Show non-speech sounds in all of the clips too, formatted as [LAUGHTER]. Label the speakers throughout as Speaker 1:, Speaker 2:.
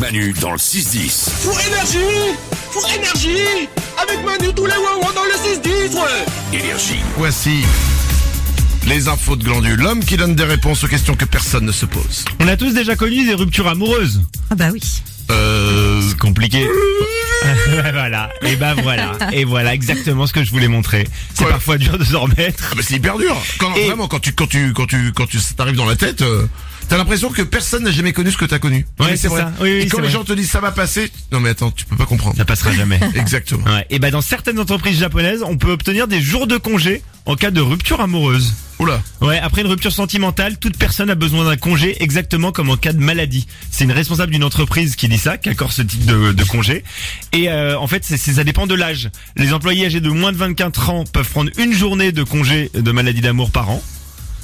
Speaker 1: Manu dans le 6-10.
Speaker 2: Pour énergie Pour énergie Avec Manu, tous les wouah dans le 6-10, ouais
Speaker 1: Énergie.
Speaker 3: Voici les infos de Glandu, l'homme qui donne des réponses aux questions que personne ne se pose.
Speaker 4: On a tous déjà connu des ruptures amoureuses.
Speaker 5: Ah bah oui.
Speaker 3: Euh...
Speaker 4: C'est compliqué. Ouais, [LAUGHS] voilà, et bah voilà, et voilà exactement ce que je voulais montrer. C'est
Speaker 3: Ouais.
Speaker 4: parfois dur de s'en remettre.
Speaker 3: ah bah c'est hyper dur. Quand,
Speaker 4: Et-
Speaker 3: Vraiment, quand tu, quand tu, quand tu, quand tu, ça t'arrive dans la tête, euh, t'as l'impression que personne n'a jamais connu ce que t'as connu.
Speaker 4: Ouais,
Speaker 3: Mais
Speaker 4: c'est ça. Oui, oui,
Speaker 3: Et quand
Speaker 4: c'est
Speaker 3: les
Speaker 4: vrai.
Speaker 3: gens te disent ça va passer, non mais attends, tu peux pas comprendre.
Speaker 4: Ça passera jamais.
Speaker 3: Exactement.
Speaker 4: Ouais, et bah dans certaines entreprises japonaises, on peut obtenir des jours de congé en cas de rupture amoureuse.
Speaker 3: Oula.
Speaker 4: Ouais, après une rupture sentimentale, toute personne a besoin d'un congé exactement comme en cas de maladie. C'est une responsable d'une entreprise qui dit ça, qui accorde ce type de, de congé. Et euh, en fait, c'est- c'est- ça dépend de l'âge. Les employés âgés de moins de 24 ans peuvent prendre une journée de congé de maladie d'amour par an.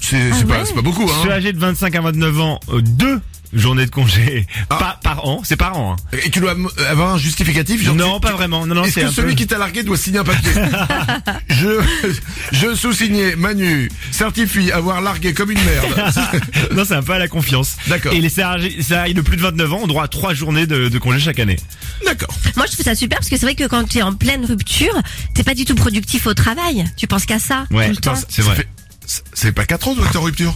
Speaker 3: C'est,
Speaker 4: Ah
Speaker 3: c'est pas, c'est pas beaucoup,
Speaker 4: Ceux
Speaker 3: hein.
Speaker 4: âgés de 25 à 29 ans, euh, deux journées de congé
Speaker 3: Ah.
Speaker 4: pas par an. C'est par an. hein.
Speaker 3: Et tu dois m- avoir un justificatif, genre.
Speaker 4: non,
Speaker 3: tu-
Speaker 4: pas
Speaker 3: tu-
Speaker 4: vraiment. Non, non,
Speaker 3: Est-ce
Speaker 4: c'est
Speaker 3: que
Speaker 4: un
Speaker 3: celui
Speaker 4: peu-
Speaker 3: qui t'a largué doit signer un papier Je, je sous-signé Manu certifie avoir largué comme une merde.
Speaker 4: [LAUGHS] non, c'est un peu à la confiance.
Speaker 3: D'accord.
Speaker 4: Et les salariés salariés de plus de 29 ans ont droit à trois journées de, de congé chaque année.
Speaker 3: D'accord.
Speaker 5: Moi, je trouve ça super parce que c'est vrai que quand tu es en pleine rupture, t'es pas du tout productif au travail. Tu penses qu'à ça tout le temps.
Speaker 4: Attends, c'est vrai.
Speaker 3: Ça fait- c'est- C'est pas 4 ans de en rupture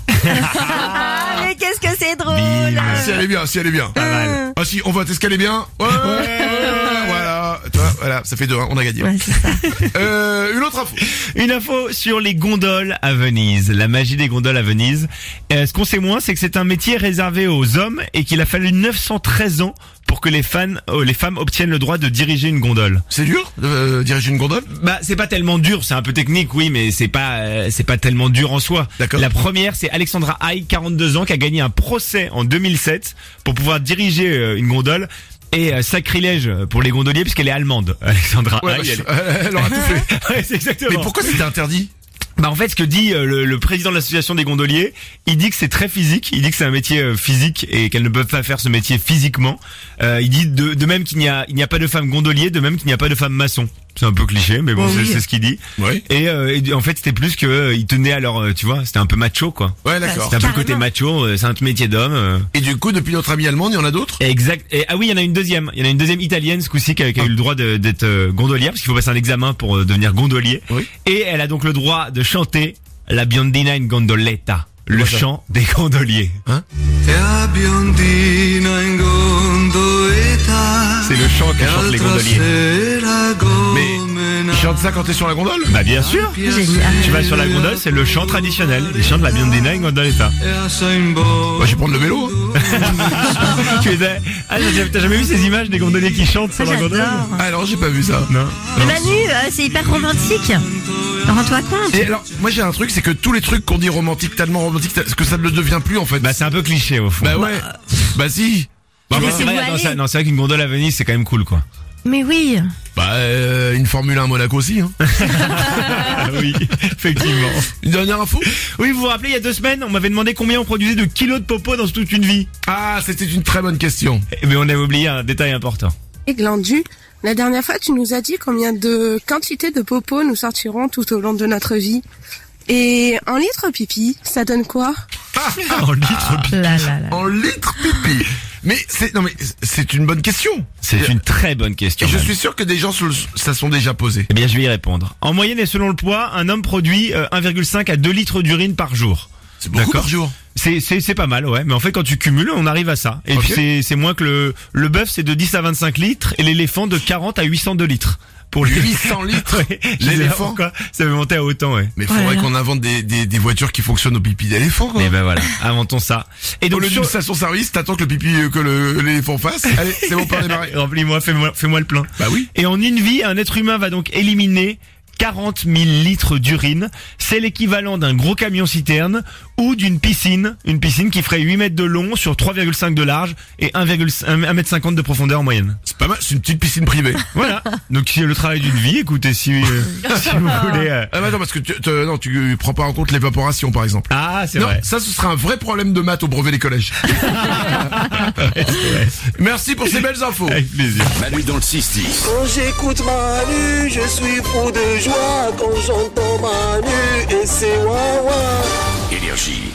Speaker 5: Ah, mais qu'est-ce que c'est drôle
Speaker 4: Bim.
Speaker 5: hein.
Speaker 3: Si elle est bien, si elle est bien.
Speaker 4: Pas mal.
Speaker 3: Ah si, on vote, est-ce qu'elle est bien Ouais, ouais, [LAUGHS] voilà. Toi, voilà, ça fait 2 on a gagné.
Speaker 5: Ouais, c'est ça.
Speaker 3: Euh, une autre info.
Speaker 4: Une info sur les gondoles à Venise, la magie des gondoles à Venise. Euh, ce qu'on sait moins, c'est que c'est un métier réservé aux hommes et qu'il a fallu 913 ans pour que les, fans, euh, les femmes obtiennent le droit de diriger une gondole.
Speaker 3: C'est dur de euh, diriger une gondole
Speaker 4: Bah, c'est pas tellement dur, c'est un peu technique, oui, mais c'est pas, euh, c'est pas tellement dur en soi.
Speaker 3: D'accord.
Speaker 4: La première, c'est Alexandra Haye, 42 ans, qui a gagné un procès en 2007 pour pouvoir diriger euh, une gondole. Et euh, sacrilège pour les gondoliers puisqu'elle est allemande, Alexandra
Speaker 3: Ouais,
Speaker 4: Haye, elle-
Speaker 3: bah, [LAUGHS] elle aura tout fait.
Speaker 4: [LAUGHS] Ouais, c'est exactement.
Speaker 3: Mais pourquoi c'était interdit
Speaker 4: Bah en fait ce que dit euh, le, le président de l'association des gondoliers, il dit que c'est très physique, il dit que c'est un métier euh, physique et qu'elles ne peuvent pas faire ce métier physiquement. Euh, il dit de, de même qu'il n'y a il n'y a pas de femme gondolier, de même qu'il n'y a pas de femme maçon. C'est un peu cliché mais bon
Speaker 5: Oh Oui.
Speaker 4: c'est- c'est ce qu'il dit.
Speaker 3: Ouais.
Speaker 4: Et, euh, et en fait c'était plus que euh, il tenait à leur euh, tu vois, c'était un peu macho quoi.
Speaker 3: Ouais, d'accord.
Speaker 4: C'était un peu le
Speaker 5: Oh, Carrément.
Speaker 4: côté macho, euh, c'est un métier d'homme. euh.
Speaker 3: Et du coup, depuis notre amie allemande, il y en a d'autres
Speaker 4: Exact. Et, ah oui, il y en a une deuxième. Il y en a une deuxième italienne ce coup-ci qui a, qui a eu le droit de- d'être euh, gondolière parce qu'il faut passer un examen pour euh, devenir gondolier.
Speaker 3: Oui.
Speaker 4: Et elle a donc le droit de chanter la biondina in gondoletta, le
Speaker 3: Quoi ça
Speaker 4: chant des gondoliers.
Speaker 6: La biondina in gondoletta
Speaker 4: C'est le chant que chantent les gondoliers.
Speaker 3: Mais ils chantent ça quand t'es sur la gondole
Speaker 4: Bah bien sûr.
Speaker 5: Génial.
Speaker 4: Tu vas sur la gondole, c'est le chant traditionnel. Ils chantent la biondina in gondoletta.
Speaker 3: Bah, je vais prendre le vélo. hein.
Speaker 4: tu les as- Ah, t'as- t'as jamais vu ces images des gondoliers qui chantent sur la gondole
Speaker 5: J'adore.
Speaker 3: Ah, alors, j'ai pas vu ça.
Speaker 4: Non.
Speaker 5: Mais Manu, euh, c'est hyper romantique. Rends-toi compte.
Speaker 3: Et alors, moi j'ai un truc, c'est que tous les trucs qu'on dit romantiques, tellement romantiques, que ça ne le devient plus en fait.
Speaker 4: Bah c'est un peu cliché au fond.
Speaker 3: Bah ouais. Bah si.
Speaker 4: Bah,
Speaker 5: Mais
Speaker 4: c'est
Speaker 5: c'est
Speaker 4: vrai,
Speaker 5: voilé.
Speaker 4: non, c'est- non, c'est vrai qu'une gondole à Venise c'est quand même cool quoi.
Speaker 5: Mais oui.
Speaker 3: Bah euh, une Formule 1 à Monaco aussi. Hein.
Speaker 4: Ah oui, [LAUGHS] effectivement.
Speaker 3: Une dernière info
Speaker 4: Oui, vous vous rappelez, il y a deux semaines, on m'avait demandé combien on produisait de kilos de popo dans toute une vie.
Speaker 3: Ah, c'était une très bonne question.
Speaker 4: Eh, Mais on avait oublié un détail important.
Speaker 7: Et Glandu, la dernière fois, tu nous as dit combien de quantité de popo nous sortirons tout au long de notre vie. Et un litre pipi, ça donne quoi
Speaker 4: En litres.
Speaker 5: Là, là, là.
Speaker 3: Ah, En litres pipi. Mais c'est non mais c'est une bonne question.
Speaker 4: C'est une très bonne question.
Speaker 3: Et je
Speaker 4: même.
Speaker 3: suis sûr que des gens se le- ça sont déjà posés.
Speaker 4: Eh bien, je vais y répondre. En moyenne et selon le poids, un homme produit euh, 1,5 à 2 litres d'urine par jour.
Speaker 3: C'est beaucoup
Speaker 4: D'accord.
Speaker 3: par jour.
Speaker 4: C'est, c'est, c'est pas mal, ouais. Mais en fait, quand tu cumules, on arrive à ça. Et
Speaker 3: Ok.
Speaker 4: puis, c'est, c'est moins que le, le bœuf, c'est de 10 à 25 litres et l'éléphant de 40 à 802 litres. Pour lui.
Speaker 3: 800 litres.
Speaker 4: [LAUGHS] Ouais, je sais pas
Speaker 3: L'éléphant.
Speaker 4: pourquoi Ça veut monter à autant, ouais.
Speaker 3: Mais faudrait
Speaker 5: Voilà.
Speaker 3: qu'on invente des, des, des voitures qui fonctionnent au pipi d'éléphant. quoi.
Speaker 4: Mais
Speaker 3: [LAUGHS]
Speaker 4: ben voilà, inventons ça. Et
Speaker 3: Au
Speaker 4: donc,
Speaker 3: lieu d'une
Speaker 4: sur-
Speaker 3: station-service, t'attends que le pipi euh, que le- l'éléphant fasse. Allez,
Speaker 4: [LAUGHS]
Speaker 3: c'est bon, par démarrer.
Speaker 4: Remplis-moi, fais-moi, fais-moi le plein.
Speaker 3: Bah oui.
Speaker 4: Et en une vie, un être humain va donc éliminer 40 000 litres d'urine. C'est l'équivalent d'un gros camion citerne ou d'une piscine. Une piscine qui ferait 8 mètres de long sur 3,5 de large et 1,1 mètre 50 de profondeur en moyenne.
Speaker 3: C'est pas mal, c'est une petite piscine
Speaker 4: [LAUGHS]
Speaker 3: privée.
Speaker 4: Voilà. Donc c'est le travail d'une vie. Écoutez, si, euh, si vous voulez. euh.
Speaker 3: Ah bah non, parce que tu, te- non, tu euh, prends pas en compte l'évaporation par exemple.
Speaker 4: Ah, c'est
Speaker 3: non,
Speaker 4: vrai.
Speaker 3: ça ce sera un vrai problème de maths au brevet des
Speaker 4: [LAUGHS]
Speaker 3: collèges. Merci pour ces belles infos.
Speaker 4: Avec plaisir.
Speaker 1: Manu dans le 6-10.
Speaker 2: Quand j'écoute Manu, je suis fou de joie. Quand j'entends Manu et c'est waouh
Speaker 1: Énergie.